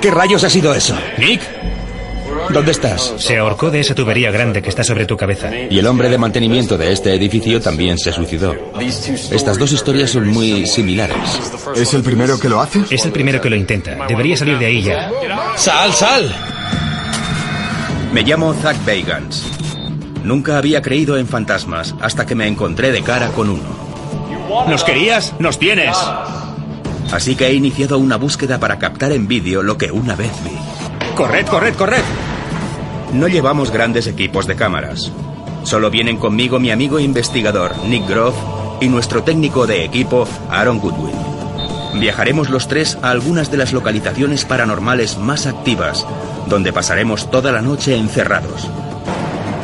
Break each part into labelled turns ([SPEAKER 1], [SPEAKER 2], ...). [SPEAKER 1] ¿Qué rayos ha sido eso?
[SPEAKER 2] Nick,
[SPEAKER 1] ¿Dónde estás?
[SPEAKER 2] se ahorcó de esa tubería grande que está sobre tu cabeza.
[SPEAKER 1] Y el hombre de mantenimiento de este edificio también se suicidó. Estas dos historias son muy similares.
[SPEAKER 3] ¿Es el primero que lo hace?
[SPEAKER 2] Es el primero que lo intenta. Debería salir de ahí ya.
[SPEAKER 1] ¡Sal, sal!
[SPEAKER 4] Me llamo Zack Bagans. Nunca había creído en fantasmas hasta que me encontré de cara con uno.
[SPEAKER 2] ¿Nos querías? ¡Nos tienes!
[SPEAKER 4] Así que he iniciado una búsqueda para captar en vídeo lo que una vez vi.
[SPEAKER 2] ¡Corred, corred, corred!
[SPEAKER 4] No llevamos grandes equipos de cámaras. Solo vienen conmigo mi amigo investigador Nick Groff y nuestro técnico de equipo Aaron Goodwin. Viajaremos los tres a algunas de las localizaciones paranormales más activas, donde pasaremos toda la noche encerrados,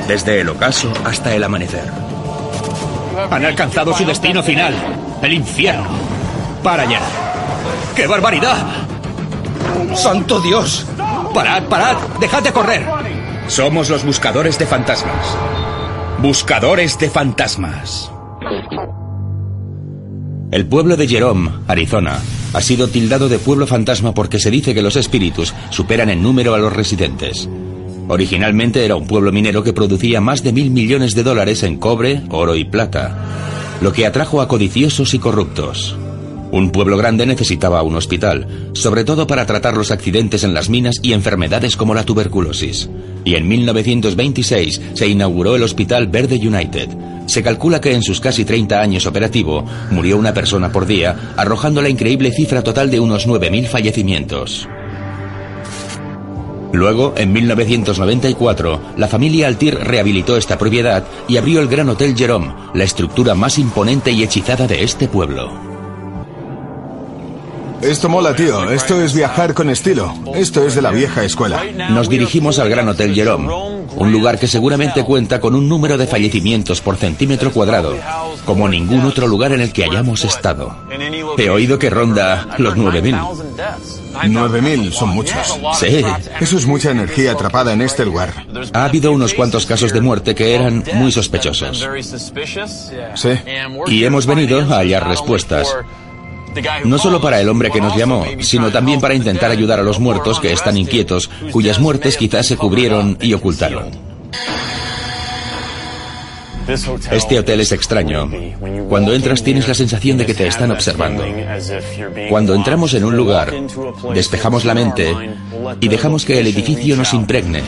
[SPEAKER 4] desde el ocaso hasta el amanecer.
[SPEAKER 2] Han alcanzado su destino final. El infierno. Para allá. ¡Qué barbaridad!
[SPEAKER 1] ¡Santo Dios!
[SPEAKER 2] ¡Parad, parad! ¡Dejad de correr!
[SPEAKER 4] Somos los buscadores de fantasmas. Buscadores de fantasmas.
[SPEAKER 1] El pueblo de Jerome, Arizona, ha sido tildado de pueblo fantasma porque se dice que los espíritus superan en número a los residentes. Originalmente era un pueblo minero que producía más de mil millones de dólares en cobre, oro y plata, lo que atrajo a codiciosos y corruptos. Un pueblo grande necesitaba un hospital, sobre todo para tratar los accidentes en las minas y enfermedades como la tuberculosis. Y en 1926 se inauguró el Hospital Verde United. Se calcula que en sus casi 30 años operativo murió una persona por día, arrojando la increíble cifra total de unos 9.000 fallecimientos. Luego, en 1994, la familia Altir rehabilitó esta propiedad y abrió el Gran Hotel Jerome, la estructura más imponente y hechizada de este pueblo.
[SPEAKER 3] Esto mola, tío. Esto es viajar con estilo. Esto es de la vieja escuela.
[SPEAKER 1] Nos dirigimos al Gran Hotel Jerome, un lugar que seguramente cuenta con un número de fallecimientos por centímetro cuadrado, como ningún otro lugar en el que hayamos estado. He oído que ronda los 9.000.
[SPEAKER 3] 9.000 son muchos.
[SPEAKER 1] Sí,
[SPEAKER 3] Eso es mucha energía atrapada en este lugar.
[SPEAKER 1] ha habido unos cuantos casos de muerte que eran muy sospechosos.
[SPEAKER 3] Sí.
[SPEAKER 1] Y hemos venido a hallar respuestas. No solo para el hombre que nos llamó, sino también para intentar ayudar a los muertos que están inquietos, cuyas muertes quizás se cubrieron y ocultaron. Este hotel es extraño. Cuando entras tienes la sensación de que te están observando. Cuando entramos en un lugar, despejamos la mente y dejamos que el edificio nos impregne.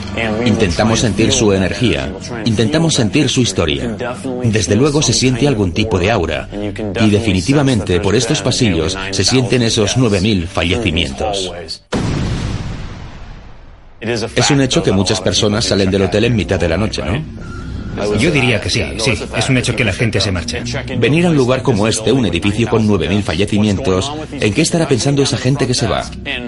[SPEAKER 1] Intentamos sentir su energía, intentamos sentir su historia. Desde luego se siente algún tipo de aura y definitivamente por estos pasillos se sienten esos 9.000 fallecimientos. Es un hecho que muchas personas salen del hotel en mitad de la noche, ¿no?
[SPEAKER 2] Yo diría que sí, sí. Es un hecho que la gente se marcha.
[SPEAKER 1] Venir a un lugar como este, un edificio con 9.000 fallecimientos, ¿en qué estará pensando esa gente que se va?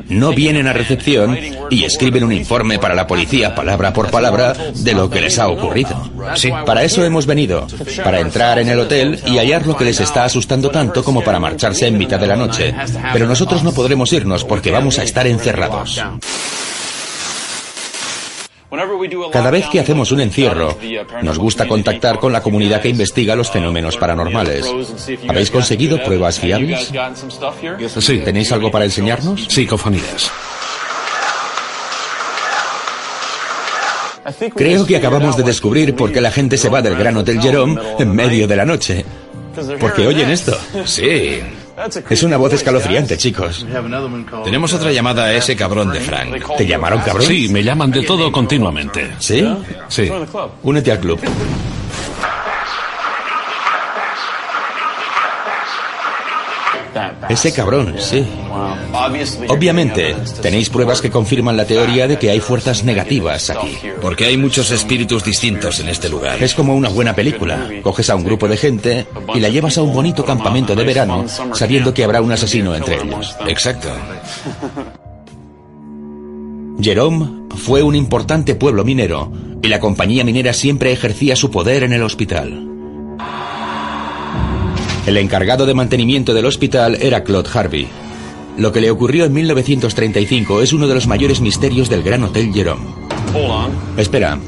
[SPEAKER 1] No vienen a recepción y escriben un informe para la policía, palabra por palabra, de lo que les ha ocurrido.
[SPEAKER 2] Sí.
[SPEAKER 1] Para eso hemos venido, para entrar en el hotel y hallar lo que les está asustando tanto como para marcharse en mitad de la noche. Pero nosotros no podremos irnos porque vamos a estar encerrados. Cada vez que hacemos un encierro, nos gusta contactar con la comunidad que investiga los fenómenos paranormales. ¿Habéis conseguido pruebas fiables?
[SPEAKER 5] Sí.
[SPEAKER 1] ¿Tenéis algo para enseñarnos?
[SPEAKER 5] Psicofonías.
[SPEAKER 1] Creo que acabamos de descubrir por qué la gente se va del Gran Hotel Jerome en medio de la noche. Porque oyen esto.
[SPEAKER 5] Sí.
[SPEAKER 1] Es una voz escalofriante, chicos.
[SPEAKER 5] Tenemos otra llamada a ese cabrón de Frank.
[SPEAKER 1] ¿Te llamaron cabrón?
[SPEAKER 5] Sí, me llaman de todo continuamente.
[SPEAKER 1] ¿Sí?
[SPEAKER 5] Sí.
[SPEAKER 1] Únete al club. Ese cabrón, sí. Obviamente, tenéis pruebas que confirman la teoría de que hay fuerzas negativas aquí.
[SPEAKER 5] Porque hay muchos espíritus distintos en este lugar.
[SPEAKER 1] Es como una buena película. Coges a un grupo de gente y la llevas a un bonito campamento de verano sabiendo que habrá un asesino entre ellos.
[SPEAKER 5] Exacto.
[SPEAKER 1] Jerome fue un importante pueblo minero y la compañía minera siempre ejercía su poder en el hospital. El encargado de mantenimiento del hospital era Claude Harvey. Lo que le ocurrió en 1935 es uno de los mayores misterios del Gran Hotel Jerome. Espera,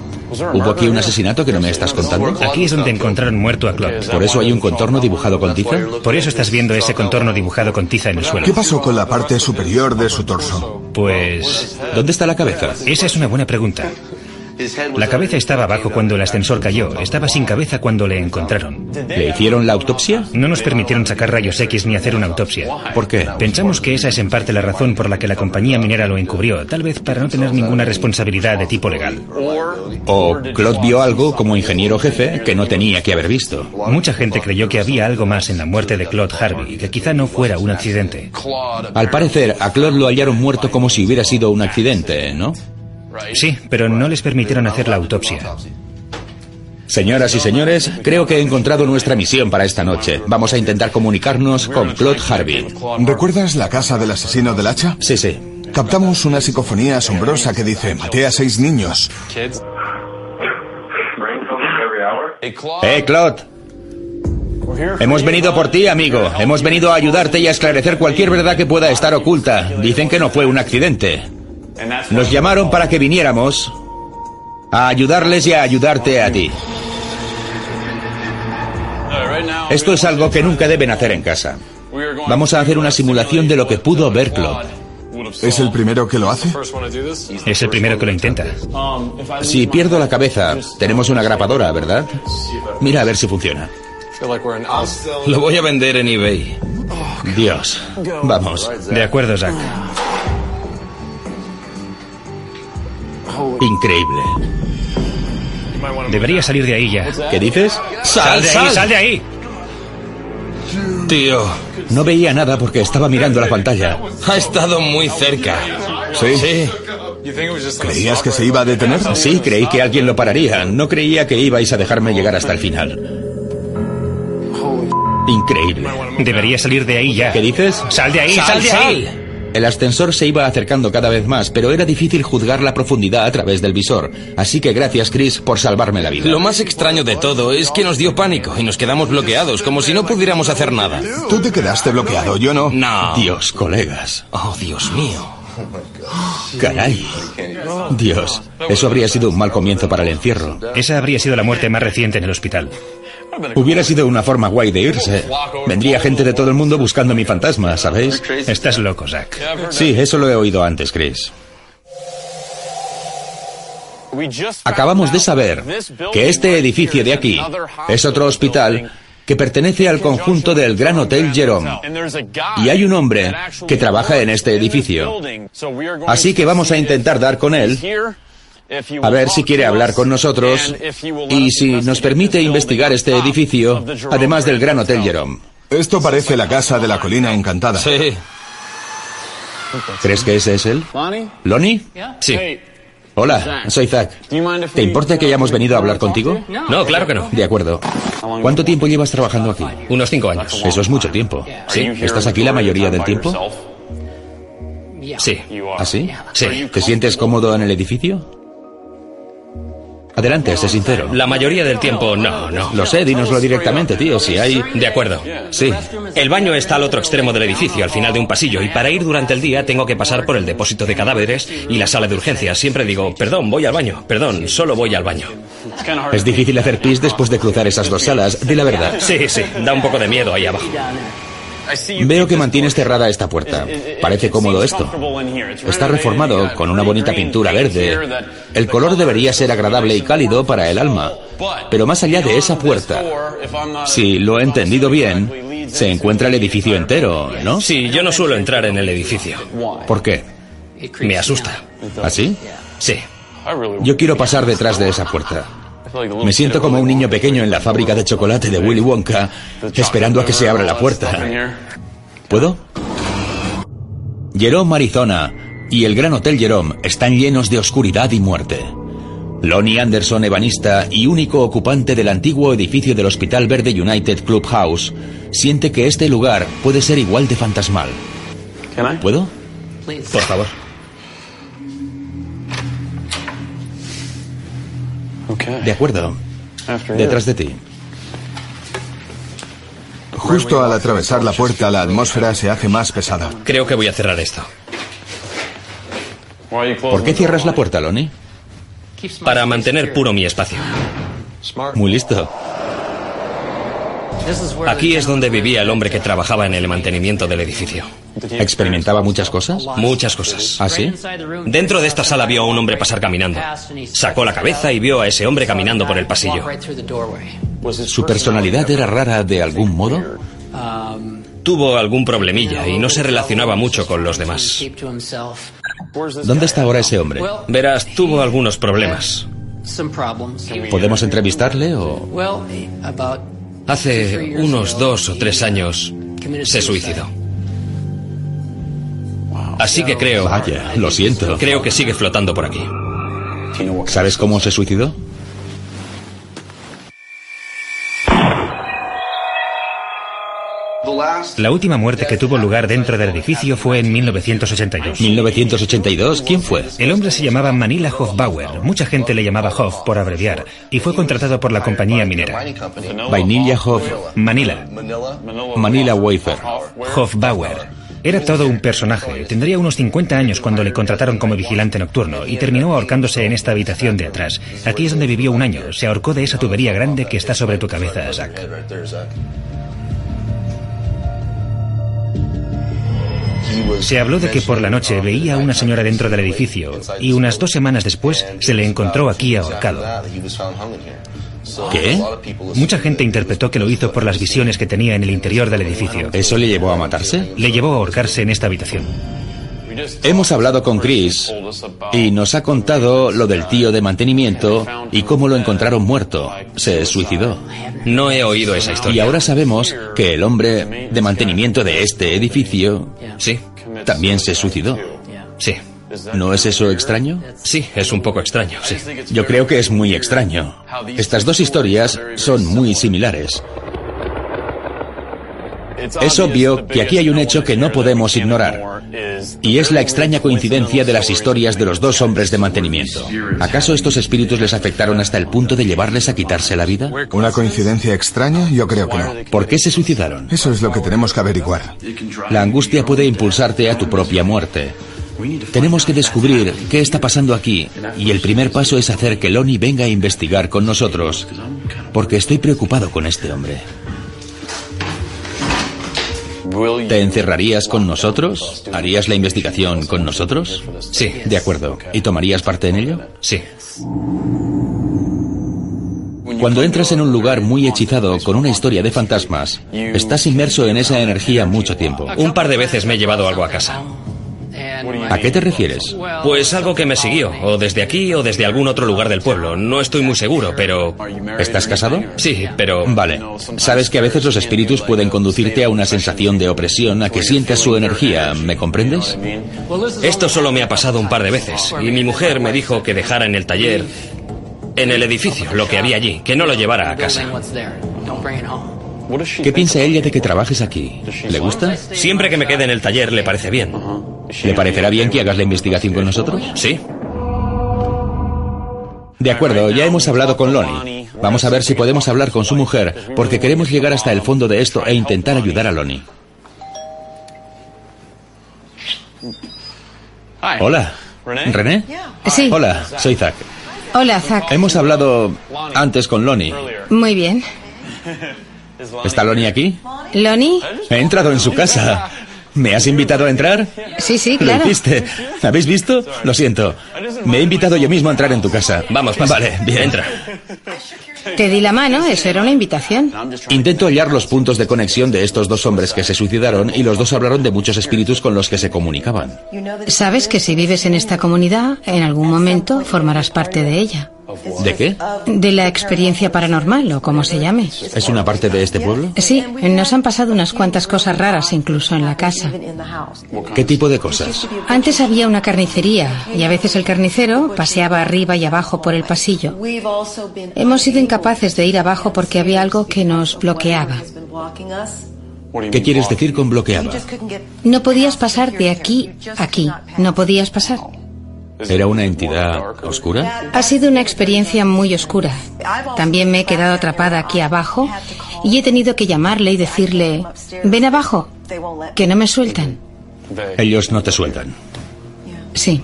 [SPEAKER 1] ¿hubo aquí un asesinato que no me estás contando?
[SPEAKER 2] Aquí es donde encontraron muerto a Claude.
[SPEAKER 1] ¿Por eso hay un contorno dibujado con tiza?
[SPEAKER 2] Por eso estás viendo ese contorno dibujado con tiza en el
[SPEAKER 3] ¿Qué
[SPEAKER 2] suelo.
[SPEAKER 3] pasó con la parte superior de su torso?
[SPEAKER 6] Pues...
[SPEAKER 1] ¿Dónde está la cabeza?
[SPEAKER 6] Esa es una buena pregunta. La cabeza estaba abajo cuando el ascensor cayó. Estaba sin cabeza cuando le encontraron.
[SPEAKER 1] ¿Le hicieron la autopsia?
[SPEAKER 6] No nos permitieron sacar rayos X ni hacer una autopsia.
[SPEAKER 1] ¿Por qué?
[SPEAKER 6] Pensamos que esa es en parte la razón por la que la compañía minera lo encubrió, tal vez para no tener ninguna responsabilidad de tipo legal.
[SPEAKER 1] ¿O Claude vio algo como ingeniero jefe que no tenía que haber visto?
[SPEAKER 6] Mucha gente creyó que había algo más en la muerte de Claude Harvey, que quizá no fuera un accidente.
[SPEAKER 1] Al parecer, a Claude lo hallaron muerto como si hubiera sido un accidente, ¿no?
[SPEAKER 6] Sí, pero no les permitieron hacer la autopsia.
[SPEAKER 1] Señoras y señores, creo que he encontrado nuestra misión para esta noche. Vamos a intentar comunicarnos con Claude Harvey.
[SPEAKER 3] ¿Recuerdas la casa del asesino del hacha?
[SPEAKER 1] Sí, sí.
[SPEAKER 3] Captamos una psicofonía asombrosa que dice, maté a seis niños.
[SPEAKER 1] ¡Eh, Claude! Hemos venido por ti, amigo. Hemos venido a ayudarte y a esclarecer cualquier verdad que pueda estar oculta. Dicen que no fue un accidente. Nos llamaron para que viniéramos a ayudarles y a ayudarte a ti. Esto es algo que nunca deben hacer en casa. Vamos a hacer una simulación de lo que pudo ver Claude.
[SPEAKER 3] ¿Es el primero que lo hace?
[SPEAKER 6] Es el primero que lo intenta.
[SPEAKER 1] Si pierdo la cabeza, tenemos una grapadora, ¿verdad? Mira a ver si funciona.
[SPEAKER 5] Lo voy a vender en eBay.
[SPEAKER 1] Dios. Vamos.
[SPEAKER 6] De acuerdo, Jack.
[SPEAKER 1] Increíble.
[SPEAKER 6] Debería salir de ahí ya.
[SPEAKER 1] ¿Qué dices?
[SPEAKER 6] ¡Sal de ahí! ¡Sal de ahí!
[SPEAKER 5] Tío,
[SPEAKER 1] No veía nada porque estaba mirando la pantalla.
[SPEAKER 5] ha estado muy cerca.
[SPEAKER 3] Sí.
[SPEAKER 5] Sí,
[SPEAKER 3] ¿Creías que se iba a detener?
[SPEAKER 1] Sí, creí que alguien lo pararía. No creía que ibais a dejarme llegar hasta el final. Increíble.
[SPEAKER 6] Debería salir de ahí ya.
[SPEAKER 1] ¿Qué dices?
[SPEAKER 6] ¡Sal de ahí! ¡Sal,
[SPEAKER 5] ¡Sal,
[SPEAKER 6] de
[SPEAKER 5] sal!
[SPEAKER 6] ahí!
[SPEAKER 1] El ascensor se iba acercando cada vez más, pero era difícil juzgar la profundidad a través del visor. Así que gracias, Chris, por salvarme la vida.
[SPEAKER 5] Lo más extraño de todo es que nos dio pánico y nos quedamos bloqueados, como si no pudiéramos hacer nada.
[SPEAKER 3] Tú te quedaste bloqueado, yo no.
[SPEAKER 5] No.
[SPEAKER 1] Dios, colegas.
[SPEAKER 5] Oh, Dios mío.
[SPEAKER 1] Caray. Dios, eso habría sido un mal comienzo para el encierro.
[SPEAKER 6] Esa habría sido la muerte más reciente en el hospital.
[SPEAKER 1] Hubiera sido una forma guay de irse. Vendría gente de todo el mundo buscando mi fantasma, ¿sabéis?
[SPEAKER 6] Estás loco, Zack.
[SPEAKER 1] Sí, eso lo he oído antes, Chris. Acabamos de saber que este edificio de aquí es otro hospital que pertenece al conjunto del Gran Hotel Jerome. Y hay un hombre que trabaja en este edificio. Así que vamos a intentar dar con él a ver si quiere hablar con nosotros y si nos permite investigar este edificio, además del Gran Hotel Jerome.
[SPEAKER 3] Esto parece la casa de la colina encantada.
[SPEAKER 5] Sí,
[SPEAKER 1] ¿Crees que ese es él? ¿Lonnie?
[SPEAKER 5] sí.
[SPEAKER 1] Hola, soy Zach. ¿Te importa que hayamos venido a hablar contigo?
[SPEAKER 5] No, claro que no.
[SPEAKER 1] De acuerdo. ¿Cuánto tiempo llevas trabajando aquí?
[SPEAKER 5] Unos cinco años.
[SPEAKER 1] Eso es mucho tiempo. ¿Sí? ¿Estás aquí la mayoría del tiempo?
[SPEAKER 5] Sí.
[SPEAKER 1] ¿Así?
[SPEAKER 5] Sí.
[SPEAKER 1] ¿Te sientes cómodo en el edificio? Adelante, sé sincero.
[SPEAKER 5] La mayoría del tiempo, no, no.
[SPEAKER 1] Lo sé, dínoslo directamente, tío. Si hay.
[SPEAKER 5] De acuerdo.
[SPEAKER 1] Sí.
[SPEAKER 5] El baño está al otro extremo del edificio, al final de un pasillo, y para ir durante el día tengo que pasar por el depósito de cadáveres y la sala de urgencias. Siempre digo, perdón, voy al baño, perdón, solo voy al baño.
[SPEAKER 1] Es difícil hacer pis después de cruzar esas dos salas, di la verdad.
[SPEAKER 5] Sí, sí, da un poco de miedo ahí abajo.
[SPEAKER 1] Veo que mantienes cerrada esta puerta. Parece cómodo esto. Está reformado con una bonita pintura verde. El color debería ser agradable y cálido para el alma. Pero más allá de esa puerta, si lo he entendido bien, se encuentra el edificio entero, ¿no?
[SPEAKER 5] Sí, yo no suelo entrar en el edificio.
[SPEAKER 1] ¿Por qué?
[SPEAKER 5] Me asusta.
[SPEAKER 1] ¿Así?
[SPEAKER 5] Sí.
[SPEAKER 1] Yo quiero pasar detrás de esa puerta. Me siento como un niño pequeño en la fábrica de chocolate de Willy Wonka, esperando a que se abra la puerta. ¿Puedo? Jerome, Arizona, y el Gran Hotel Jerome están llenos de oscuridad y muerte. Lonnie Anderson, ebanista y único ocupante del antiguo edificio del Hospital Verde United Clubhouse, siente que este lugar puede ser igual de fantasmal. ¿Puedo?
[SPEAKER 5] Por favor.
[SPEAKER 1] Pues, De acuerdo. Detrás de ti.
[SPEAKER 3] Justo al atravesar la puerta, la atmósfera se hace más pesada.
[SPEAKER 5] Creo que voy a cerrar esto.
[SPEAKER 1] ¿Por qué cierras la puerta, Lonnie?
[SPEAKER 5] Para mantener puro mi espacio.
[SPEAKER 1] Muy listo.
[SPEAKER 5] Aquí es donde vivía el hombre que trabajaba en el mantenimiento del edificio.
[SPEAKER 1] ¿Experimentaba muchas cosas?
[SPEAKER 5] Muchas cosas.
[SPEAKER 1] ¿Ah, sí?
[SPEAKER 5] Dentro de esta sala vio a un hombre pasar caminando. Sacó la cabeza y vio a ese hombre caminando por el pasillo.
[SPEAKER 1] ¿Su personalidad era rara de algún modo?
[SPEAKER 5] Um, Tuvo algún problemilla y no se relacionaba mucho con los demás.
[SPEAKER 1] ¿Dónde está ahora ese hombre?
[SPEAKER 5] Verás, tuvo algunos problemas.
[SPEAKER 1] ¿Podemos entrevistarle o...?
[SPEAKER 5] Hace unos dos o tres años se suicidó. Así que creo...
[SPEAKER 1] Vaya, lo siento.
[SPEAKER 5] Creo que sigue flotando por aquí.
[SPEAKER 1] ¿Sabes cómo se suicidó?
[SPEAKER 6] La última muerte que tuvo lugar dentro del edificio fue en 1982.
[SPEAKER 1] ¿1982? ¿Quién fue?
[SPEAKER 6] El hombre se llamaba Manila Hofbauer. Mucha gente le llamaba Hof por abreviar y fue contratado por la compañía minera.
[SPEAKER 1] Vainilla Hof.
[SPEAKER 6] Manila,
[SPEAKER 1] Manila Wafer.
[SPEAKER 6] Hofbauer. Era todo un personaje. Tendría unos 50 años cuando le contrataron como vigilante nocturno y terminó ahorcándose en esta habitación de atrás. Aquí es donde vivió un año. Se ahorcó de esa tubería grande que está sobre tu cabeza, Zack. Se habló de que por la noche veía a una señora dentro del edificio y unas dos semanas después se le encontró aquí ahorcado.
[SPEAKER 1] ¿Qué?
[SPEAKER 6] Mucha gente interpretó que lo hizo por las visiones que tenía en el interior del edificio.
[SPEAKER 1] ¿Eso le llevó a matarse?
[SPEAKER 6] Le llevó a ahorcarse en esta habitación.
[SPEAKER 1] Hemos hablado con Chris y nos ha contado lo del tío de mantenimiento y cómo lo encontraron muerto. Se suicidó.
[SPEAKER 5] No he oído esa
[SPEAKER 1] Y
[SPEAKER 5] historia.
[SPEAKER 1] ahora sabemos que el hombre de mantenimiento de este edificio
[SPEAKER 5] Sí,
[SPEAKER 1] también se suicidó.
[SPEAKER 5] sí,
[SPEAKER 1] ¿No es eso extraño?
[SPEAKER 5] sí, es un poco extraño, sí.
[SPEAKER 1] Yo creo que es muy extraño. Estas dos historias son muy similares.
[SPEAKER 7] Es obvio que aquí hay un hecho que no podemos ignorar.
[SPEAKER 1] Y es la extraña coincidencia de las historias de los dos hombres de mantenimiento. ¿Acaso estos espíritus les afectaron hasta el punto de llevarles a quitarse la vida?
[SPEAKER 3] ¿Una coincidencia extraña? Yo creo que no.
[SPEAKER 1] ¿Por qué se suicidaron?
[SPEAKER 3] Eso es lo que tenemos que averiguar.
[SPEAKER 1] La angustia puede impulsarte a tu propia muerte. Tenemos que descubrir qué está pasando aquí y el primer paso es hacer que Lonnie venga a investigar con nosotros, porque estoy preocupado con este hombre. ¿Te encerrarías con nosotros? ¿Harías la investigación con nosotros?
[SPEAKER 5] Sí,
[SPEAKER 1] De acuerdo. ¿Y tomarías parte en ello?
[SPEAKER 5] sí.
[SPEAKER 1] Cuando entras en un lugar muy hechizado con una historia de fantasmas, estás inmerso en esa energía mucho tiempo.
[SPEAKER 5] Un par de veces me he llevado algo a casa.
[SPEAKER 1] ¿A qué te refieres?
[SPEAKER 5] Pues algo que me siguió, o desde aquí o desde algún otro lugar del pueblo. No estoy muy seguro, pero...
[SPEAKER 1] ¿Estás casado?
[SPEAKER 5] Sí, pero...
[SPEAKER 1] Vale. Sabes que a veces los espíritus pueden conducirte a una sensación de opresión, a que sientas su energía, ¿me comprendes?
[SPEAKER 5] Esto solo me ha pasado un par de veces, y mi mujer me dijo que dejara en el taller, en el edificio, lo que había allí, que no lo llevara a casa.
[SPEAKER 1] ¿Qué piensa ella de que trabajes aquí? ¿Le gusta?
[SPEAKER 5] Siempre que me quede en el taller le parece bien.
[SPEAKER 1] ¿Le parecerá bien que hagas la investigación con nosotros?
[SPEAKER 5] Sí,
[SPEAKER 1] De acuerdo, ya hemos hablado con Lonnie. Vamos a ver si podemos hablar con su mujer, porque queremos llegar hasta el fondo de esto e intentar ayudar a Lonnie. Hola. ¿René?
[SPEAKER 8] Eh, Sí.
[SPEAKER 1] Hola, soy Zack.
[SPEAKER 8] Hola, Zack.
[SPEAKER 1] Hemos hablado antes con Lonnie.
[SPEAKER 8] Muy bien.
[SPEAKER 1] ¿Está Lonnie aquí?
[SPEAKER 8] ¿Lonnie?
[SPEAKER 1] He entrado en su casa. ¿Me has invitado a entrar?
[SPEAKER 8] Sí, sí,
[SPEAKER 1] Lo
[SPEAKER 8] claro.
[SPEAKER 1] hiciste. ¿Habéis visto? Lo siento. Me he invitado yo mismo a entrar en tu casa.
[SPEAKER 5] vamos, pasa.
[SPEAKER 1] Vale, bien.
[SPEAKER 5] entra.
[SPEAKER 8] Te di la mano, eso era una invitación.
[SPEAKER 1] Intento hallar los puntos de conexión de estos dos hombres que se suicidaron y los dos hablaron de muchos espíritus con los que se comunicaban.
[SPEAKER 8] Sabes que si vives en esta comunidad, en algún momento formarás parte de ella.
[SPEAKER 1] ¿De qué?
[SPEAKER 8] De la experiencia paranormal o como se llame.
[SPEAKER 1] ¿Es una parte de este pueblo?
[SPEAKER 8] Sí, nos han pasado unas cuantas cosas raras incluso en la casa.
[SPEAKER 1] ¿Qué tipo de cosas?
[SPEAKER 8] Antes había una carnicería y a veces el carnicero paseaba arriba y abajo por el pasillo. Hemos sido incapaces de ir abajo porque había algo que nos bloqueaba.
[SPEAKER 1] ¿Qué quieres decir con bloqueaba?
[SPEAKER 8] No podías pasar de aquí a aquí. No podías pasar.
[SPEAKER 1] ¿Era una entidad oscura?
[SPEAKER 8] Ha sido una experiencia muy oscura. También me he quedado atrapada aquí abajo y he tenido que llamarle y decirle, ven abajo, que no me sueltan.
[SPEAKER 1] Ellos no te sueltan.
[SPEAKER 8] Sí.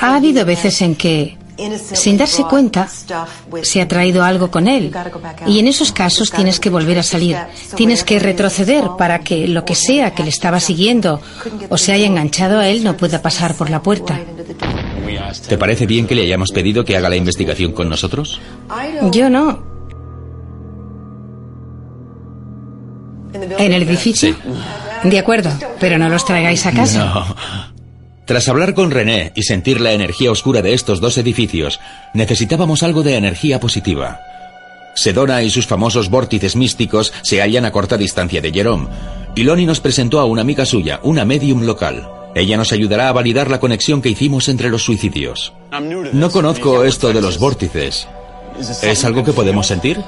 [SPEAKER 8] Ha habido veces en que sin darse cuenta, se ha traído algo con él. Y en esos casos tienes que volver a salir. Tienes que retroceder para que lo que sea que le estaba siguiendo o se haya enganchado a él no pueda pasar por la puerta.
[SPEAKER 1] ¿Te parece bien que le hayamos pedido que haga la investigación con nosotros?
[SPEAKER 8] Yo no. ¿En el edificio? De acuerdo, pero no los traigáis a casa.
[SPEAKER 1] No. Tras hablar con René y sentir la energía oscura de estos dos edificios, necesitábamos algo de energía positiva. Sedona y sus famosos vórtices místicos se hallan a corta distancia de Jerome. Y Lonnie nos presentó a una amiga suya, una medium local. Ella nos ayudará a validar la conexión que hicimos entre los suicidios. No conozco esto de los vórtices. ¿Es algo que podemos sentir?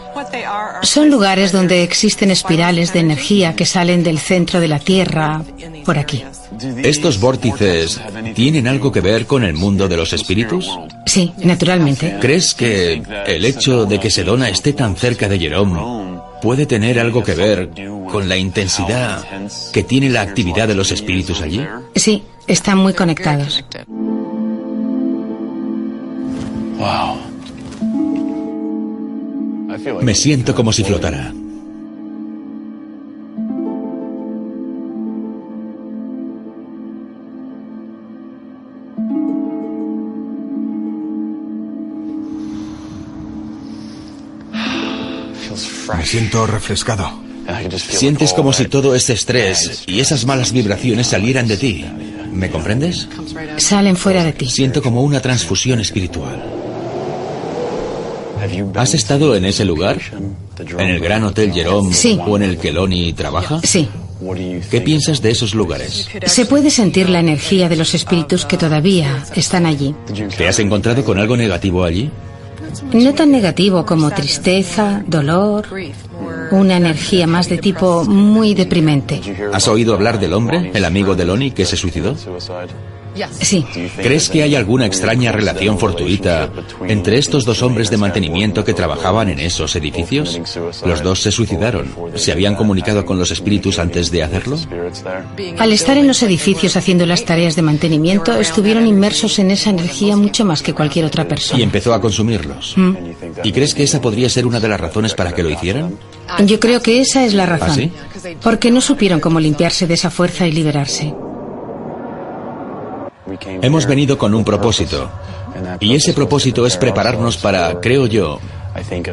[SPEAKER 8] Son lugares donde existen espirales de energía que salen del centro de la Tierra, por aquí.
[SPEAKER 1] ¿Estos vórtices tienen algo que ver con el mundo de los espíritus?
[SPEAKER 8] Sí, naturalmente.
[SPEAKER 1] ¿Crees que el hecho de que Sedona esté tan cerca de Jerome puede tener algo que ver con la intensidad que tiene la actividad de los espíritus allí?
[SPEAKER 8] Sí, están muy conectados.
[SPEAKER 1] Me siento como si flotara.
[SPEAKER 3] Me siento refrescado.
[SPEAKER 1] Sientes como si todo ese estrés y esas malas vibraciones salieran de ti. ¿Me comprendes?
[SPEAKER 8] Salen fuera de ti.
[SPEAKER 1] Siento como una transfusión espiritual. ¿Has estado en ese lugar? ¿En el Gran Hotel Jerome
[SPEAKER 8] Sí.
[SPEAKER 1] o en el que Lonnie trabaja?
[SPEAKER 8] Sí.
[SPEAKER 1] ¿Qué piensas de esos lugares?
[SPEAKER 8] Se puede sentir la energía de los espíritus que todavía están allí.
[SPEAKER 1] ¿Te has encontrado con algo negativo allí?
[SPEAKER 8] No tan negativo como tristeza, dolor, una energía más de tipo muy deprimente.
[SPEAKER 1] ¿Has oído hablar del hombre, el amigo de Lonnie, que se suicidó?
[SPEAKER 8] Sí,
[SPEAKER 1] ¿Crees que hay alguna extraña relación fortuita entre estos dos hombres de mantenimiento que trabajaban en esos edificios? Los dos se suicidaron. ¿Se habían comunicado con los espíritus antes de hacerlo?
[SPEAKER 8] al estar en los edificios haciendo las tareas de mantenimiento, estuvieron inmersos en esa energía mucho más que cualquier otra
[SPEAKER 1] Y
[SPEAKER 8] persona.
[SPEAKER 1] empezó a consumirlos.
[SPEAKER 8] Mm.
[SPEAKER 1] ¿Y crees que esa podría ser una de las razones para que lo hicieran?
[SPEAKER 8] Yo creo que esa es la
[SPEAKER 1] ¿Ah,
[SPEAKER 8] razón.
[SPEAKER 1] sí?
[SPEAKER 8] Porque no supieron cómo limpiarse de esa fuerza y liberarse.
[SPEAKER 1] Hemos venido con un propósito. Y ese propósito es prepararnos para, creo yo,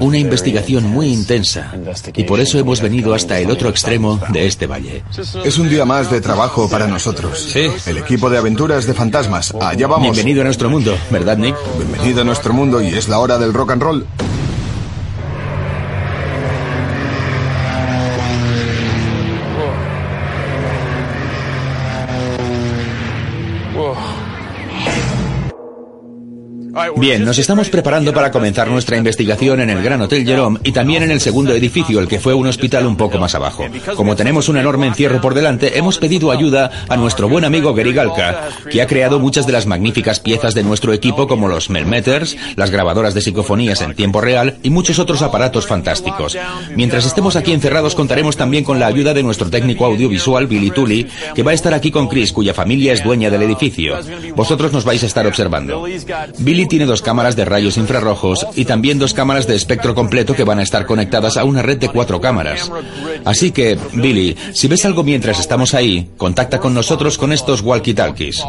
[SPEAKER 1] una investigación muy intensa. Y por eso hemos venido hasta el otro extremo de este valle.
[SPEAKER 3] Es un día más de trabajo para nosotros.
[SPEAKER 1] Sí.
[SPEAKER 3] El equipo de aventuras de fantasmas. Allá vamos.
[SPEAKER 1] Bienvenido a nuestro mundo, ¿verdad, Nick?
[SPEAKER 3] Bienvenido a nuestro mundo y es la hora del rock and roll.
[SPEAKER 1] Bien, nos estamos preparando para comenzar nuestra investigación en el Gran Hotel Jerome y también en el segundo edificio, el que fue un hospital un poco más abajo. Como tenemos un enorme encierro por delante, hemos pedido ayuda a nuestro buen amigo Gary Galka, que ha creado muchas de las magníficas piezas de nuestro equipo como los Melmeters, las grabadoras de psicofonías en tiempo real y muchos otros aparatos fantásticos. Mientras estemos aquí encerrados contaremos también con la ayuda de nuestro técnico audiovisual Billy Tully, que va a estar aquí con Chris, cuya familia es dueña del edificio. Vosotros nos vais a estar observando. Billy tiene dos cámaras de rayos infrarrojos y también dos cámaras de espectro completo que van a estar conectadas a una red de cuatro cámaras. Así que, Billy, si ves algo mientras estamos ahí, contacta con nosotros con estos walkie-talkies.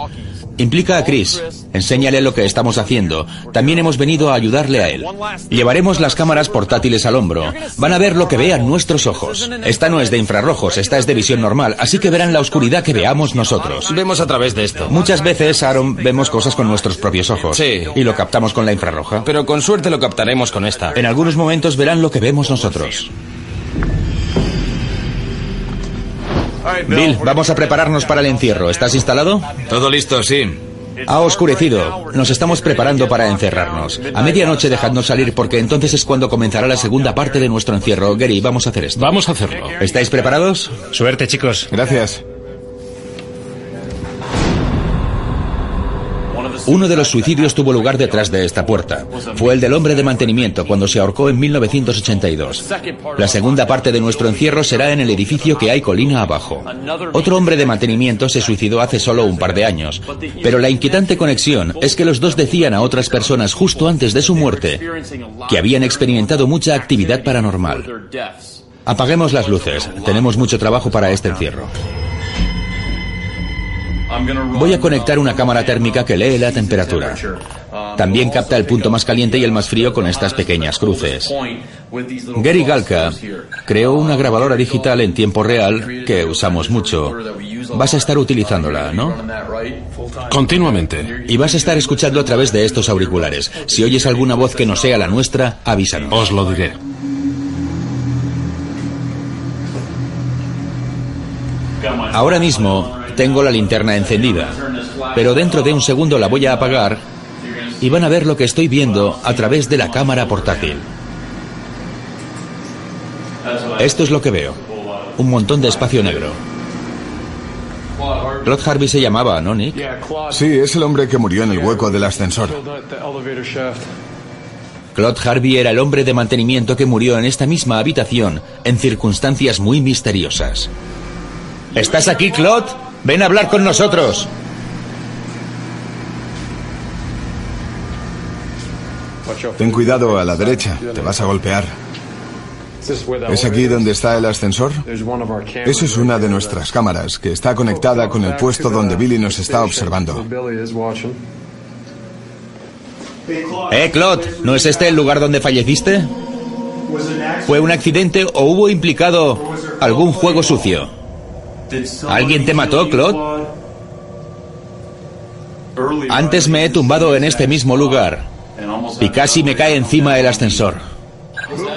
[SPEAKER 1] Implica a Chris, enséñale lo que estamos haciendo. También hemos venido a ayudarle a él. Llevaremos las cámaras portátiles al hombro. Van a ver lo que vean nuestros ojos. Esta no es de infrarrojos, esta es de visión normal, así que verán la oscuridad que veamos nosotros.
[SPEAKER 7] Vemos a través de esto.
[SPEAKER 1] Muchas veces, Aaron, vemos cosas con nuestros propios ojos.
[SPEAKER 7] Sí.
[SPEAKER 1] Y lo captamos con la infrarroja.
[SPEAKER 7] Pero con suerte lo captaremos con esta.
[SPEAKER 1] En algunos momentos verán lo que vemos nosotros. Bill, vamos a prepararnos para el encierro. ¿Estás instalado?
[SPEAKER 7] Todo listo, sí.
[SPEAKER 1] Ha oscurecido. Nos estamos preparando para encerrarnos. A medianoche dejadnos salir porque entonces es cuando comenzará la segunda parte de nuestro encierro. Gary, vamos a hacer esto.
[SPEAKER 7] Vamos a hacerlo.
[SPEAKER 1] ¿Estáis preparados?
[SPEAKER 6] Suerte, chicos.
[SPEAKER 3] Gracias.
[SPEAKER 1] Uno de los suicidios tuvo lugar detrás de esta puerta. Fue el del hombre de mantenimiento cuando se ahorcó en 1982. La segunda parte de nuestro encierro será en el edificio que hay colina abajo. Otro hombre de mantenimiento se suicidó hace solo un par de años. Pero la inquietante conexión es que los dos decían a otras personas justo antes de su muerte que habían experimentado mucha actividad paranormal. Apaguemos las luces. Tenemos mucho trabajo para este encierro. Voy a conectar una cámara térmica que lee la temperatura. También capta el punto más caliente y el más frío con estas pequeñas cruces. Gary Galka creó una grabadora digital en tiempo real que usamos mucho. Vas a estar utilizándola, ¿no?
[SPEAKER 9] Continuamente.
[SPEAKER 1] Y vas a estar escuchando a través de estos auriculares. Si oyes alguna voz que no sea la nuestra, avísanos.
[SPEAKER 9] Os lo diré.
[SPEAKER 1] Ahora mismo tengo la linterna encendida, pero dentro de un segundo la voy a apagar y van a ver lo que estoy viendo a través de la cámara portátil. Esto es lo que veo, un montón de espacio negro. Claude Harvey se llamaba, ¿no, Nick?
[SPEAKER 3] Sí, es el hombre que murió en el hueco del ascensor.
[SPEAKER 1] Claude Harvey era el hombre de mantenimiento que murió en esta misma habitación en circunstancias muy misteriosas. ¿Estás aquí, Claude? Ven a hablar con nosotros.
[SPEAKER 3] Ten cuidado a la derecha, te vas a golpear. ¿Es aquí donde está el ascensor? Esa es una de nuestras cámaras, que está conectada con el puesto donde Billy nos está observando.
[SPEAKER 1] Eh, Claude, ¿no es este el lugar donde falleciste? ¿Fue un accidente o hubo implicado algún juego sucio? ¿Alguien te mató, Claude? Antes me he tumbado en este mismo lugar y casi me cae encima el ascensor.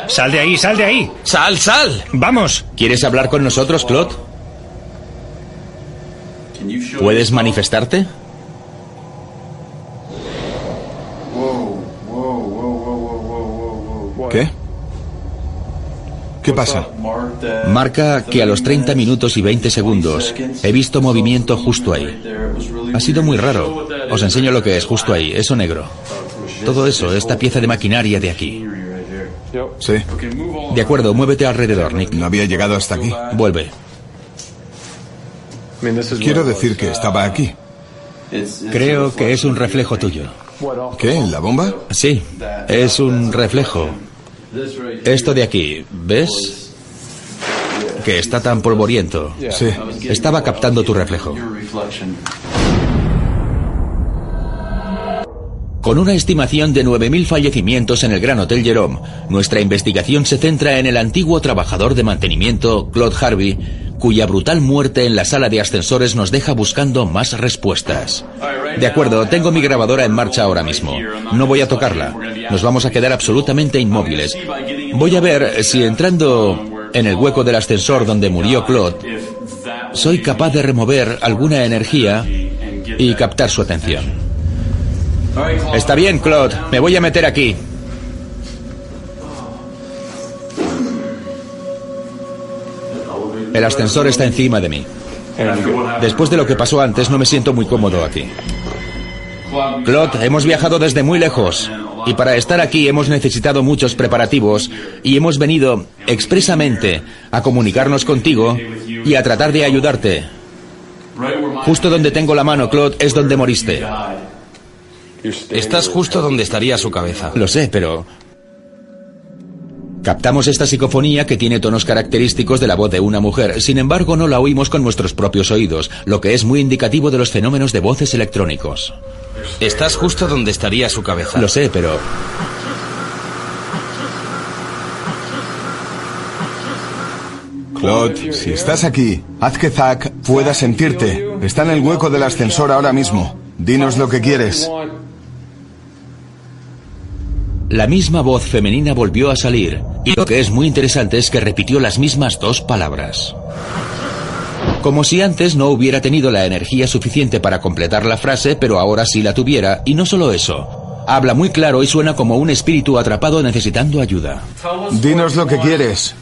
[SPEAKER 6] Sal de ahí, sal de ahí.
[SPEAKER 1] ¡Sal, sal!
[SPEAKER 6] Vamos.
[SPEAKER 1] ¿Quieres hablar con nosotros, Claude? ¿Puedes manifestarte?
[SPEAKER 3] ¿Qué? ¿Qué pasa?
[SPEAKER 1] Marca que a los 30 minutos y 20 segundos he visto movimiento justo ahí. Ha sido muy raro. Os enseño lo que es justo ahí, eso negro. Todo eso, esta pieza de maquinaria de aquí.
[SPEAKER 3] Sí.
[SPEAKER 1] De acuerdo, muévete alrededor, Nick.
[SPEAKER 3] No había llegado hasta aquí.
[SPEAKER 1] Vuelve.
[SPEAKER 3] Quiero decir que estaba aquí.
[SPEAKER 1] Creo que es un reflejo tuyo.
[SPEAKER 3] ¿Qué? ¿La bomba?
[SPEAKER 1] Sí, es un reflejo. Esto de aquí, ¿ves? Que está tan polvoriento.
[SPEAKER 3] Sí.
[SPEAKER 1] Estaba captando tu reflejo. Con una estimación de 9.000 fallecimientos en el Gran Hotel Jerome, nuestra investigación se centra en el antiguo trabajador de mantenimiento, Claude Harvey, cuya brutal muerte en la sala de ascensores nos deja buscando más respuestas. De acuerdo, tengo mi grabadora en marcha ahora mismo. No voy a tocarla. Nos vamos a quedar absolutamente inmóviles. Voy a ver si entrando en el hueco del ascensor donde murió Claude, soy capaz de remover alguna energía y captar su atención. Está bien, Claude. Me voy a meter aquí. El ascensor está encima de mí. Después de lo que pasó antes, no me siento muy cómodo aquí. Claude, hemos viajado desde muy lejos. Y para estar aquí hemos necesitado muchos preparativos y hemos venido expresamente a comunicarnos contigo y a tratar de ayudarte. Justo donde tengo la mano, Claude, es donde moriste.
[SPEAKER 10] Estás justo donde estaría su cabeza.
[SPEAKER 1] Lo sé, pero Captamos esta psicofonía que tiene tonos característicos de la voz de una mujer, sin embargo no la oímos con nuestros propios oídos, lo que es muy indicativo de los fenómenos de voces electrónicos.
[SPEAKER 10] Estás justo donde estaría su cabeza.
[SPEAKER 1] Lo sé, pero...
[SPEAKER 3] Claude, si estás aquí, haz que Zack pueda sentirte. Está en el hueco del ascensor ahora mismo. Dinos lo que quieres.
[SPEAKER 1] La misma voz femenina volvió a salir, y lo que es muy interesante es que repitió las mismas dos palabras. Como si antes no hubiera tenido la energía suficiente para completar la frase, pero ahora sí la tuviera, y no solo eso. Habla muy claro y suena como un espíritu atrapado necesitando ayuda.
[SPEAKER 3] Dinos lo que quieres.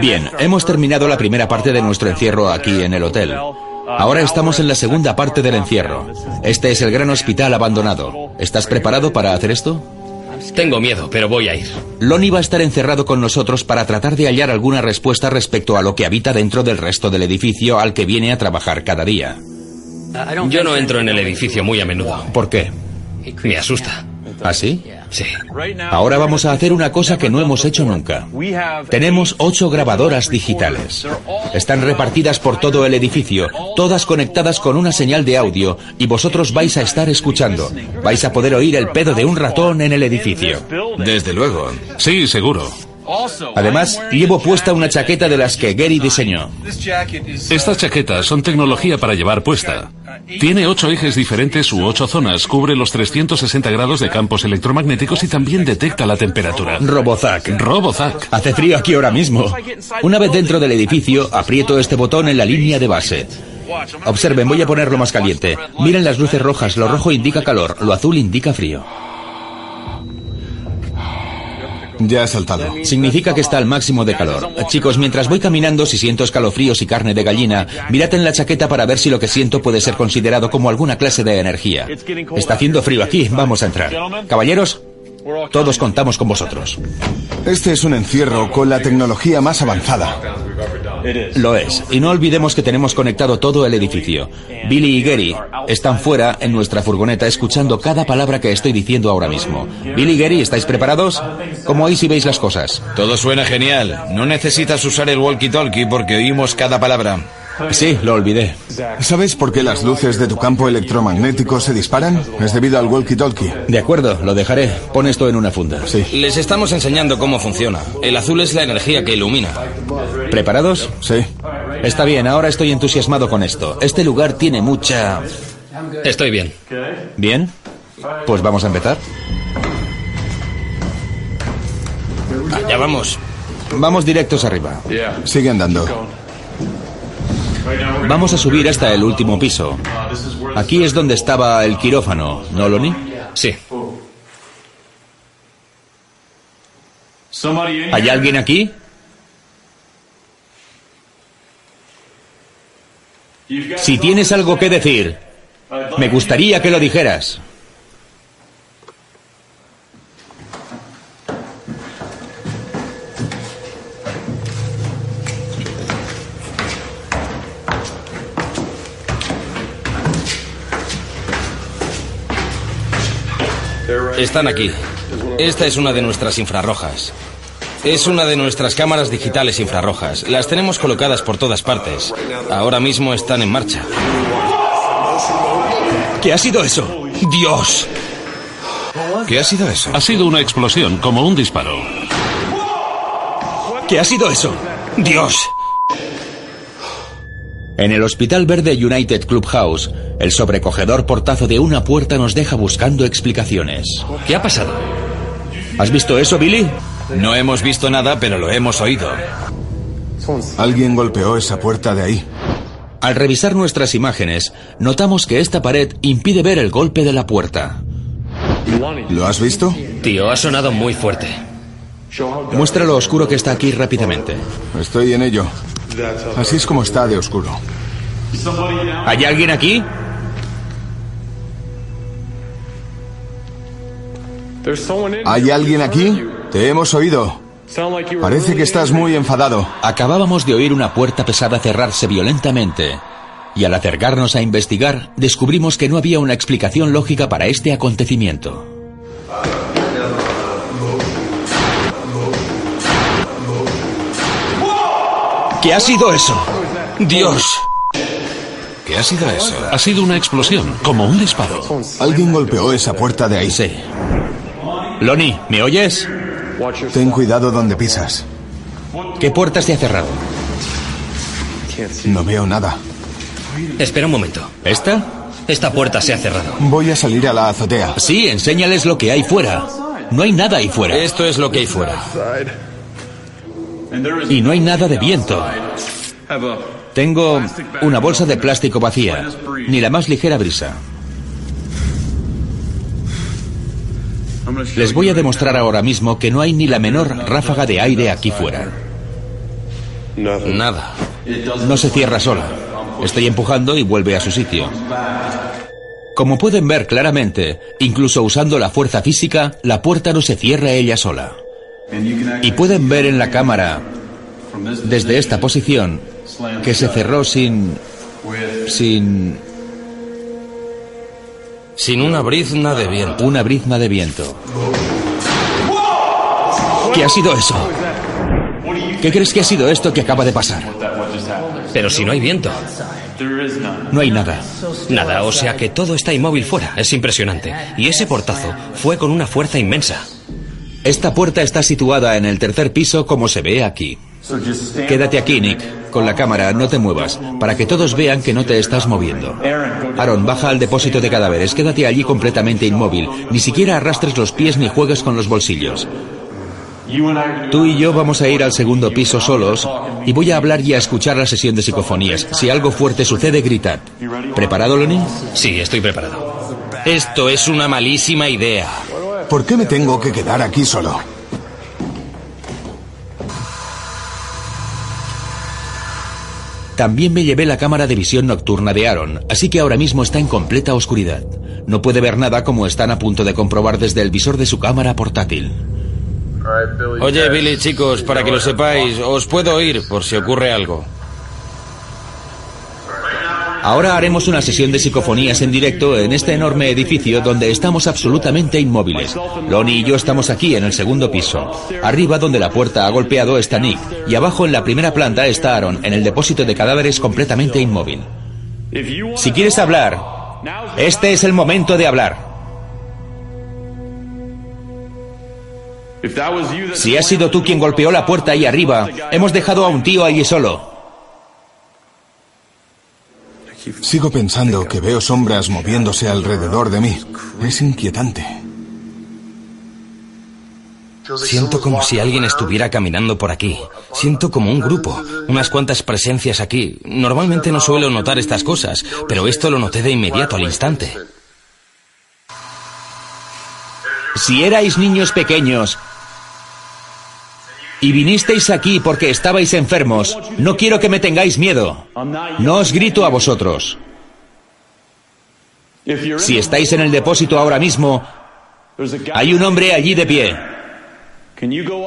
[SPEAKER 1] Bien, hemos terminado la primera parte de nuestro encierro aquí en el hotel. Ahora estamos en la segunda parte del encierro. Este es el gran hospital abandonado. ¿Estás preparado para hacer esto?
[SPEAKER 5] Tengo miedo, pero voy a ir.
[SPEAKER 1] Lonnie va a estar encerrado con nosotros para tratar de hallar alguna respuesta respecto a lo que habita dentro del resto del edificio al que viene a trabajar cada día.
[SPEAKER 5] Yo no entro en el edificio muy a menudo.
[SPEAKER 1] ¿Por qué?
[SPEAKER 5] Me asusta.
[SPEAKER 1] ¿Ah, sí?
[SPEAKER 5] Sí.
[SPEAKER 1] Ahora vamos a hacer una cosa que no hemos hecho nunca. Tenemos ocho grabadoras digitales. Están repartidas por todo el edificio, todas conectadas con una señal de audio, y vosotros vais a estar escuchando. Vais a poder oír el pedo de un ratón en el edificio.
[SPEAKER 10] Desde luego. Sí, seguro.
[SPEAKER 1] Además, llevo puesta una chaqueta de las que Gary diseñó.
[SPEAKER 10] Estas chaquetas son tecnología para llevar puesta. Tiene ocho ejes diferentes u ocho zonas, cubre los 360 grados de campos electromagnéticos y también detecta la temperatura.
[SPEAKER 1] Robozac.
[SPEAKER 10] Robozac.
[SPEAKER 1] Hace frío aquí ahora mismo. Una vez dentro del edificio, aprieto este botón en la línea de base. Observen, voy a ponerlo más caliente. Miren las luces rojas, lo rojo indica calor, lo azul indica frío.
[SPEAKER 3] Ya ha saltado.
[SPEAKER 1] Significa que está al máximo de calor. Chicos, mientras voy caminando, si siento escalofríos y carne de gallina, mirad en la chaqueta para ver si lo que siento puede ser considerado como alguna clase de energía. Está haciendo frío aquí, vamos a entrar. Caballeros, todos contamos con vosotros.
[SPEAKER 3] Este es un encierro con la tecnología más avanzada.
[SPEAKER 1] Lo es. Y no olvidemos que tenemos conectado todo el edificio. Billy y Gary están fuera en nuestra furgoneta escuchando cada palabra que estoy diciendo ahora mismo. Billy y Gary, ¿estáis preparados? ¿Cómo oís y veis las cosas?
[SPEAKER 9] Todo suena genial. No necesitas usar el walkie-talkie porque oímos cada palabra.
[SPEAKER 1] Sí, lo olvidé.
[SPEAKER 3] ¿Sabes por qué las luces de tu campo electromagnético se disparan? Es debido al walkie-talkie.
[SPEAKER 1] De acuerdo, lo dejaré. Pon esto en una funda.
[SPEAKER 3] Sí.
[SPEAKER 9] Les estamos enseñando cómo funciona. El azul es la energía que ilumina.
[SPEAKER 1] ¿Preparados?
[SPEAKER 3] Sí.
[SPEAKER 1] Está bien, ahora estoy entusiasmado con esto. Este lugar tiene mucha...
[SPEAKER 5] Estoy bien.
[SPEAKER 1] ¿Bien? Pues vamos a empezar.
[SPEAKER 5] Ah,
[SPEAKER 9] Allá vamos.
[SPEAKER 1] Vamos directos arriba.
[SPEAKER 3] Sigue andando.
[SPEAKER 1] Vamos a subir hasta el último piso. Aquí es donde estaba el quirófano, ¿no, Loni?
[SPEAKER 5] Sí.
[SPEAKER 1] ¿Hay alguien aquí? Si tienes algo que decir, me gustaría que lo dijeras.
[SPEAKER 9] Están aquí. Esta es una de nuestras infrarrojas. Es una de nuestras cámaras digitales infrarrojas. Las tenemos colocadas por todas partes. Ahora mismo están en marcha.
[SPEAKER 1] ¿Qué ha sido eso? ¡Dios!
[SPEAKER 9] ¿Qué ha sido eso?
[SPEAKER 10] Ha sido una explosión, como un disparo.
[SPEAKER 1] ¿Qué ha sido eso? ¡Dios! En el Hospital Verde United Clubhouse, el sobrecogedor portazo de una puerta nos deja buscando explicaciones.
[SPEAKER 5] ¿Qué ha pasado?
[SPEAKER 1] ¿Has visto eso, Billy?
[SPEAKER 9] No hemos visto nada, pero lo hemos oído.
[SPEAKER 3] Alguien golpeó esa puerta de ahí.
[SPEAKER 1] Al revisar nuestras imágenes, notamos que esta pared impide ver el golpe de la puerta.
[SPEAKER 3] ¿Lo has visto?
[SPEAKER 5] Tío, ha sonado muy fuerte.
[SPEAKER 1] Muestra lo oscuro que está aquí rápidamente.
[SPEAKER 3] Estoy en ello. Así es como está de oscuro.
[SPEAKER 1] ¿Hay alguien aquí?
[SPEAKER 3] ¿Hay alguien aquí? Te hemos oído. Parece que estás muy enfadado.
[SPEAKER 1] Acabábamos de oír una puerta pesada cerrarse violentamente. Y al acercarnos a investigar, descubrimos que no había una explicación lógica para este acontecimiento. ¿Qué ha sido eso? Dios.
[SPEAKER 9] ¿Qué ha sido eso?
[SPEAKER 10] Ha sido una explosión, como un disparo.
[SPEAKER 3] Alguien golpeó esa puerta de ahí.
[SPEAKER 1] Sí. Lonnie, ¿me oyes?
[SPEAKER 3] Ten cuidado donde pisas.
[SPEAKER 1] ¿Qué puerta se ha cerrado?
[SPEAKER 3] No veo nada.
[SPEAKER 5] Espera un momento.
[SPEAKER 1] ¿Esta?
[SPEAKER 5] Esta puerta se ha cerrado.
[SPEAKER 3] Voy a salir a la azotea.
[SPEAKER 1] Sí, enséñales lo que hay fuera. No hay nada ahí fuera.
[SPEAKER 9] Esto es lo que hay fuera.
[SPEAKER 1] Y no hay nada de viento. Tengo una bolsa de plástico vacía, ni la más ligera brisa. Les voy a demostrar ahora mismo que no hay ni la menor ráfaga de aire aquí fuera.
[SPEAKER 9] Nada.
[SPEAKER 1] No se cierra sola. Estoy empujando y vuelve a su sitio. Como pueden ver claramente, incluso usando la fuerza física, la puerta no se cierra ella sola. Y pueden ver en la cámara, desde esta posición, que se cerró sin... sin...
[SPEAKER 9] Sin una brizna de viento.
[SPEAKER 1] Una brizna de viento. ¿Qué ha sido eso? ¿Qué crees que ha sido esto que acaba de pasar?
[SPEAKER 5] Pero si no hay viento.
[SPEAKER 1] No hay nada.
[SPEAKER 5] Nada, o sea que todo está inmóvil fuera. Es impresionante. Y ese portazo fue con una fuerza inmensa.
[SPEAKER 1] Esta puerta está situada en el tercer piso como se ve aquí. Quédate aquí, Nick, con la cámara, no te muevas, para que todos vean que no te estás moviendo. Aaron, baja al depósito de cadáveres, quédate allí completamente inmóvil, ni siquiera arrastres los pies ni juegues con los bolsillos. Tú y yo vamos a ir al segundo piso solos y voy a hablar y a escuchar la sesión de psicofonías. Si algo fuerte sucede, gritad. ¿Preparado, Lonnie?
[SPEAKER 5] Sí, estoy preparado.
[SPEAKER 9] Esto es una malísima idea.
[SPEAKER 3] ¿Por qué me tengo que quedar aquí solo?
[SPEAKER 1] También me llevé la cámara de visión nocturna de Aaron, así que ahora mismo está en completa oscuridad. No puede ver nada como están a punto de comprobar desde el visor de su cámara portátil.
[SPEAKER 9] Oye, Billy, chicos, para que lo sepáis, os puedo oír por si ocurre algo.
[SPEAKER 1] Ahora haremos una sesión de psicofonías en directo en este enorme edificio donde estamos absolutamente inmóviles. Lonnie y yo estamos aquí en el segundo piso. Arriba donde la puerta ha golpeado está Nick y abajo en la primera planta está Aaron en el depósito de cadáveres completamente inmóvil. Si quieres hablar, este es el momento de hablar. Si has sido tú quien golpeó la puerta ahí arriba, hemos dejado a un tío allí solo.
[SPEAKER 3] Sigo pensando que veo sombras moviéndose alrededor de mí. Es inquietante.
[SPEAKER 9] Siento como si alguien estuviera caminando por aquí. Siento como un grupo, unas cuantas presencias aquí. Normalmente no suelo notar estas cosas, pero esto lo noté de inmediato al instante.
[SPEAKER 1] Si erais niños pequeños y vinisteis aquí porque estabais enfermos, no quiero que me tengáis miedo. No os grito a vosotros. Si estáis en el depósito ahora mismo, hay un hombre allí de pie.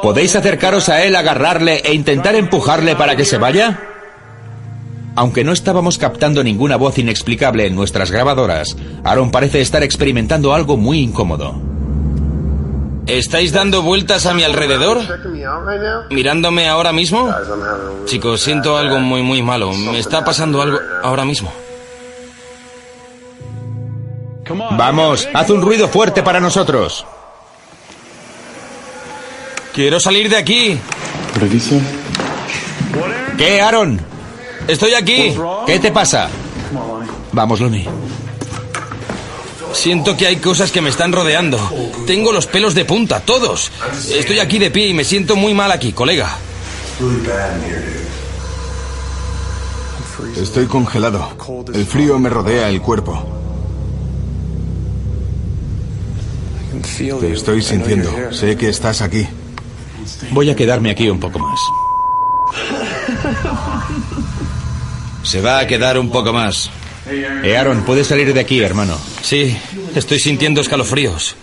[SPEAKER 1] ¿Podéis acercaros a él, agarrarle e intentar empujarle para que se vaya? Aunque no estábamos captando ninguna voz inexplicable en nuestras grabadoras, Aaron parece estar experimentando algo muy incómodo.
[SPEAKER 9] ¿Estáis dando vueltas a mi alrededor? ¿Mirándome ahora mismo? Chicos, siento algo muy, muy malo. Me está pasando algo ahora mismo.
[SPEAKER 1] Vamos, haz un ruido fuerte para nosotros.
[SPEAKER 9] Quiero salir de aquí.
[SPEAKER 1] ¿Qué, Aaron?
[SPEAKER 9] Estoy aquí.
[SPEAKER 1] ¿Qué te pasa? Vamos, Lonnie.
[SPEAKER 9] Siento que hay cosas que me están rodeando. Tengo los pelos de punta, todos. Estoy aquí de pie y me siento muy mal aquí, colega.
[SPEAKER 3] Estoy congelado. El frío me rodea el cuerpo. Te estoy sintiendo. Sé que estás aquí.
[SPEAKER 1] Voy a quedarme aquí un poco más.
[SPEAKER 9] Se va a quedar un poco más.
[SPEAKER 1] Eh, Aaron, puedes salir de aquí, hermano.
[SPEAKER 9] Sí, estoy sintiendo escalofríos.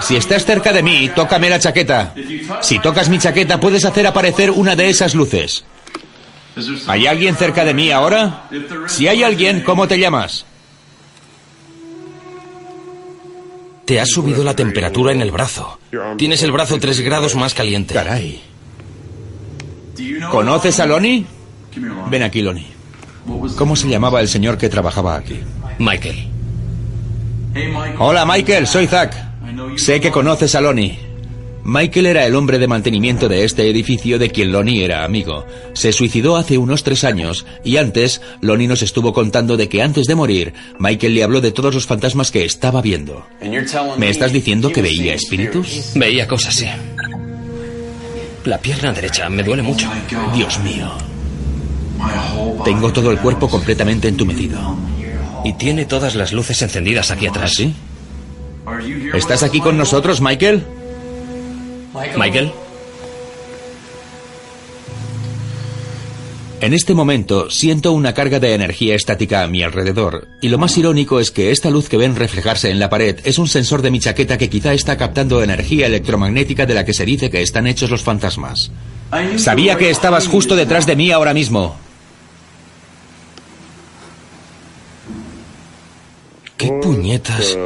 [SPEAKER 1] Si estás cerca de mí, tócame la chaqueta. Si tocas mi chaqueta, puedes hacer aparecer una de esas luces. ¿Hay alguien cerca de mí ahora? Si hay alguien, ¿cómo te llamas?
[SPEAKER 9] Te ha subido la temperatura en el brazo. Tienes el brazo tres grados más caliente.
[SPEAKER 1] Caray. ¿Conoces a Lonnie? Ven aquí, Lonnie. ¿Cómo se llamaba el señor que trabajaba aquí?
[SPEAKER 5] Michael.
[SPEAKER 1] Hola Michael, soy Zack. Sé que conoces a Lonnie. Michael era el hombre de mantenimiento de este edificio de quien Lonnie era amigo. Se suicidó hace unos tres años y antes Lonnie nos estuvo contando de que antes de morir Michael le habló de todos los fantasmas que estaba viendo. ¿Me estás diciendo que veía espíritus?
[SPEAKER 5] Veía cosas, sí. La pierna derecha me duele mucho.
[SPEAKER 1] Dios mío. Tengo todo el cuerpo completamente entumecido. ¿Ah,
[SPEAKER 5] Y tiene todas las luces encendidas aquí atrás.
[SPEAKER 1] ¿Sí? ¿Estás aquí con nosotros, Michael?
[SPEAKER 5] Michael.
[SPEAKER 1] En este momento siento una carga de energía estática a mi alrededor, y lo más irónico es que esta luz que ven reflejarse en la pared es un sensor de mi chaqueta que quizá está captando energía electromagnética de la que se dice que están hechos los fantasmas. Sabía que estabas justo detrás de mí ahora mismo.
[SPEAKER 9] ¿Qué puñetas?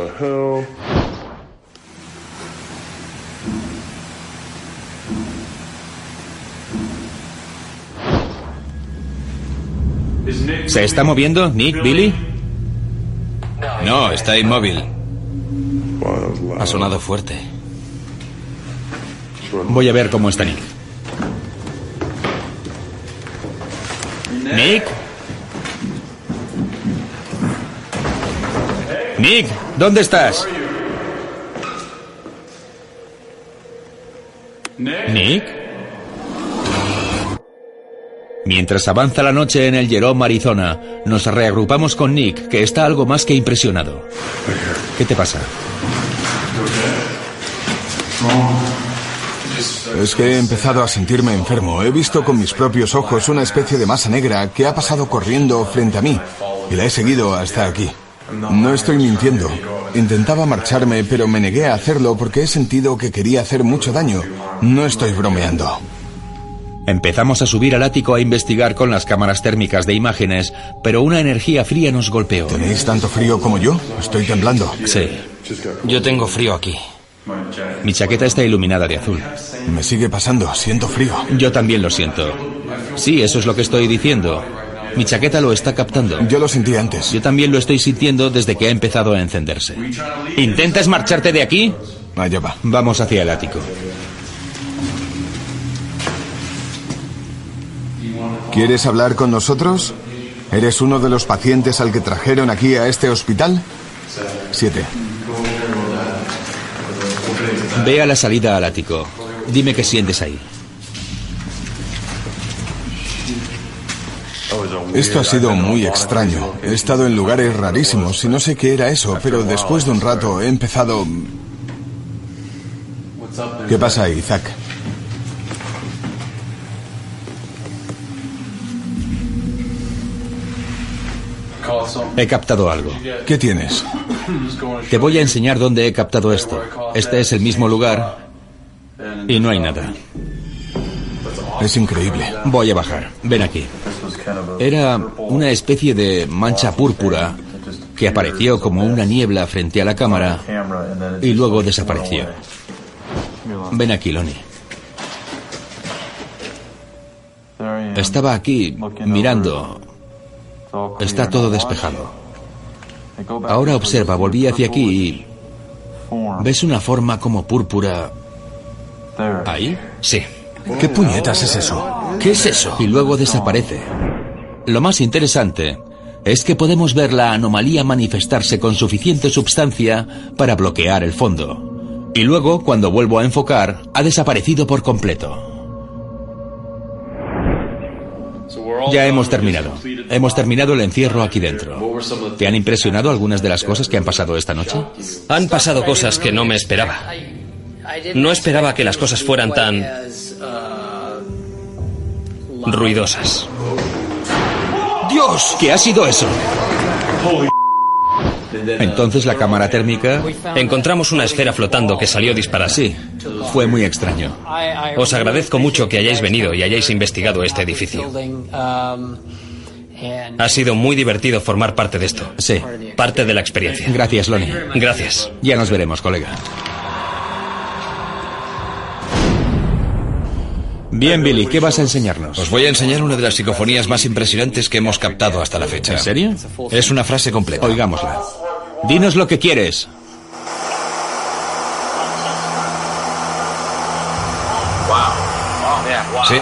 [SPEAKER 1] ¿Se está moviendo, Nick, Billy?
[SPEAKER 9] No, está inmóvil. Ha sonado fuerte.
[SPEAKER 1] Voy a ver cómo está Nick. Nick. Nick, ¿dónde estás? Nick. Mientras avanza la noche en el Jerome, Arizona, nos reagrupamos con Nick, que está algo más que impresionado. ¿Qué te pasa?
[SPEAKER 3] Es que he empezado a sentirme enfermo. He visto con mis propios ojos una especie de masa negra que ha pasado corriendo frente a mí y la he seguido hasta aquí. No estoy mintiendo. Intentaba marcharme, pero me negué a hacerlo porque he sentido que quería hacer mucho daño. No estoy bromeando.
[SPEAKER 1] Empezamos a subir al ático a investigar con las cámaras térmicas de imágenes, pero una energía fría nos golpeó.
[SPEAKER 3] ¿Tenéis tanto frío como yo? Estoy temblando.
[SPEAKER 1] Sí.
[SPEAKER 9] Yo tengo frío aquí.
[SPEAKER 1] Mi chaqueta está iluminada de azul.
[SPEAKER 3] Me sigue pasando, siento frío.
[SPEAKER 1] Yo también lo siento. Sí, eso es lo que estoy diciendo. Mi chaqueta lo está captando.
[SPEAKER 3] Yo lo sentí antes.
[SPEAKER 1] Yo también lo estoy sintiendo desde que ha empezado a encenderse. ¿Intentas marcharte de aquí?
[SPEAKER 3] Allá va.
[SPEAKER 1] Vamos hacia el ático.
[SPEAKER 3] ¿Quieres hablar con nosotros? ¿Eres uno de los pacientes al que trajeron aquí a este hospital? Siete.
[SPEAKER 1] Ve a la salida al ático. Dime qué sientes ahí.
[SPEAKER 3] Esto ha sido muy extraño. He estado en lugares rarísimos y no sé qué era eso, pero después de un rato he empezado... ¿Qué pasa ahí, Zack?
[SPEAKER 1] He captado algo.
[SPEAKER 3] ¿Qué tienes?
[SPEAKER 1] Te voy a enseñar dónde he captado esto. Este es el mismo lugar y no hay nada.
[SPEAKER 3] Es increíble.
[SPEAKER 1] Voy a bajar. Ven aquí. Era una especie de mancha púrpura que apareció como una niebla frente a la cámara y luego desapareció. Ven aquí, Lonnie. Estaba aquí mirando Está todo despejado. Ahora observa, volví hacia aquí y... ¿Ves una forma como púrpura? ¿Ahí?
[SPEAKER 5] Sí.
[SPEAKER 3] ¿Qué puñetas es eso?
[SPEAKER 5] ¿Qué es eso?
[SPEAKER 1] Y luego desaparece. Lo más interesante es que podemos ver la anomalía manifestarse con suficiente substancia para bloquear el fondo. Y luego, cuando vuelvo a enfocar, ha desaparecido por completo. Ya hemos terminado. Hemos terminado el encierro aquí dentro. ¿Te han impresionado algunas de las cosas que han pasado esta noche?
[SPEAKER 5] Han pasado cosas que no me esperaba. No esperaba que las cosas fueran tan ruidosas.
[SPEAKER 1] ¡Dios! ¿Qué ha sido eso? Entonces la cámara térmica...
[SPEAKER 5] Encontramos una esfera flotando que salió disparada.
[SPEAKER 1] Sí, fue muy extraño.
[SPEAKER 5] Os agradezco mucho que hayáis venido y hayáis investigado este edificio. Ha sido muy divertido formar parte de esto.
[SPEAKER 1] Sí.
[SPEAKER 5] Parte de la experiencia.
[SPEAKER 1] Gracias, Lonnie.
[SPEAKER 5] Gracias.
[SPEAKER 1] Ya nos veremos, colega. Bien, Billy, ¿qué vas a enseñarnos?
[SPEAKER 9] Os voy a enseñar una de las psicofonías más impresionantes que hemos captado hasta la fecha.
[SPEAKER 1] ¿En serio?
[SPEAKER 9] Es una frase completa.
[SPEAKER 1] Oigámosla. Dinos lo que quieres.
[SPEAKER 9] Sí.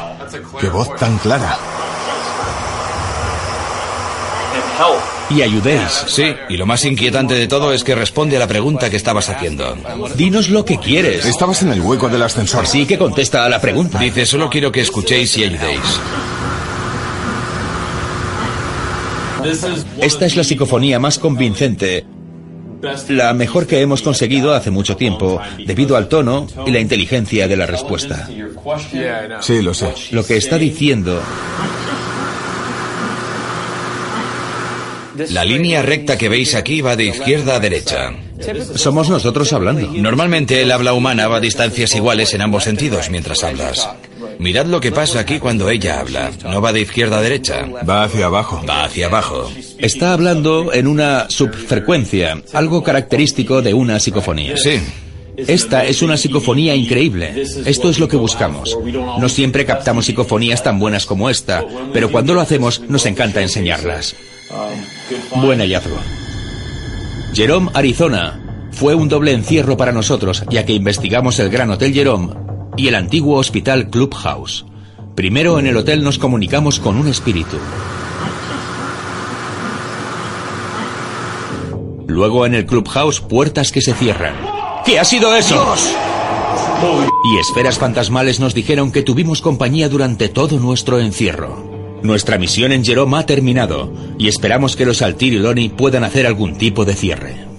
[SPEAKER 3] Qué voz tan clara.
[SPEAKER 1] Y ayudéis.
[SPEAKER 9] Sí, y lo más inquietante de todo es que responde a la pregunta que estabas haciendo.
[SPEAKER 1] Dinos lo que quieres.
[SPEAKER 3] Estabas en el hueco del ascensor.
[SPEAKER 1] Sí, que contesta a la pregunta.
[SPEAKER 9] Dice, solo quiero que escuchéis y ayudéis.
[SPEAKER 1] Esta es la psicofonía más convincente. La mejor que hemos conseguido hace mucho tiempo, debido al tono y la inteligencia de la respuesta.
[SPEAKER 3] Sí, lo sé.
[SPEAKER 1] Lo que está diciendo
[SPEAKER 11] La línea recta que veis aquí va de izquierda a derecha.
[SPEAKER 1] Somos nosotros hablando.
[SPEAKER 11] Normalmente el habla humana va a distancias iguales en ambos sentidos mientras hablas. Mirad lo que pasa aquí cuando ella habla. No va de izquierda a derecha.
[SPEAKER 3] Va hacia abajo.
[SPEAKER 11] Va hacia abajo.
[SPEAKER 1] Está hablando en una subfrecuencia, algo característico de una psicofonía.
[SPEAKER 11] Sí.
[SPEAKER 1] Esta es una psicofonía increíble. Esto es lo que buscamos. No siempre captamos psicofonías tan buenas como esta, pero cuando lo hacemos nos encanta enseñarlas. Buen hallazgo. Jerome, Arizona, fue un doble encierro para nosotros, ya que investigamos el Gran Hotel Jerome y el antiguo Hospital Clubhouse. Primero en el hotel nos comunicamos con un espíritu. Luego en el Clubhouse puertas que se cierran. ¿Qué ha sido eso?
[SPEAKER 11] ¡Dios!
[SPEAKER 1] Y esferas fantasmales nos dijeron que tuvimos compañía durante todo nuestro encierro. Nuestra misión en Jerome ha terminado y esperamos que los Altir y Loni puedan hacer algún tipo de cierre.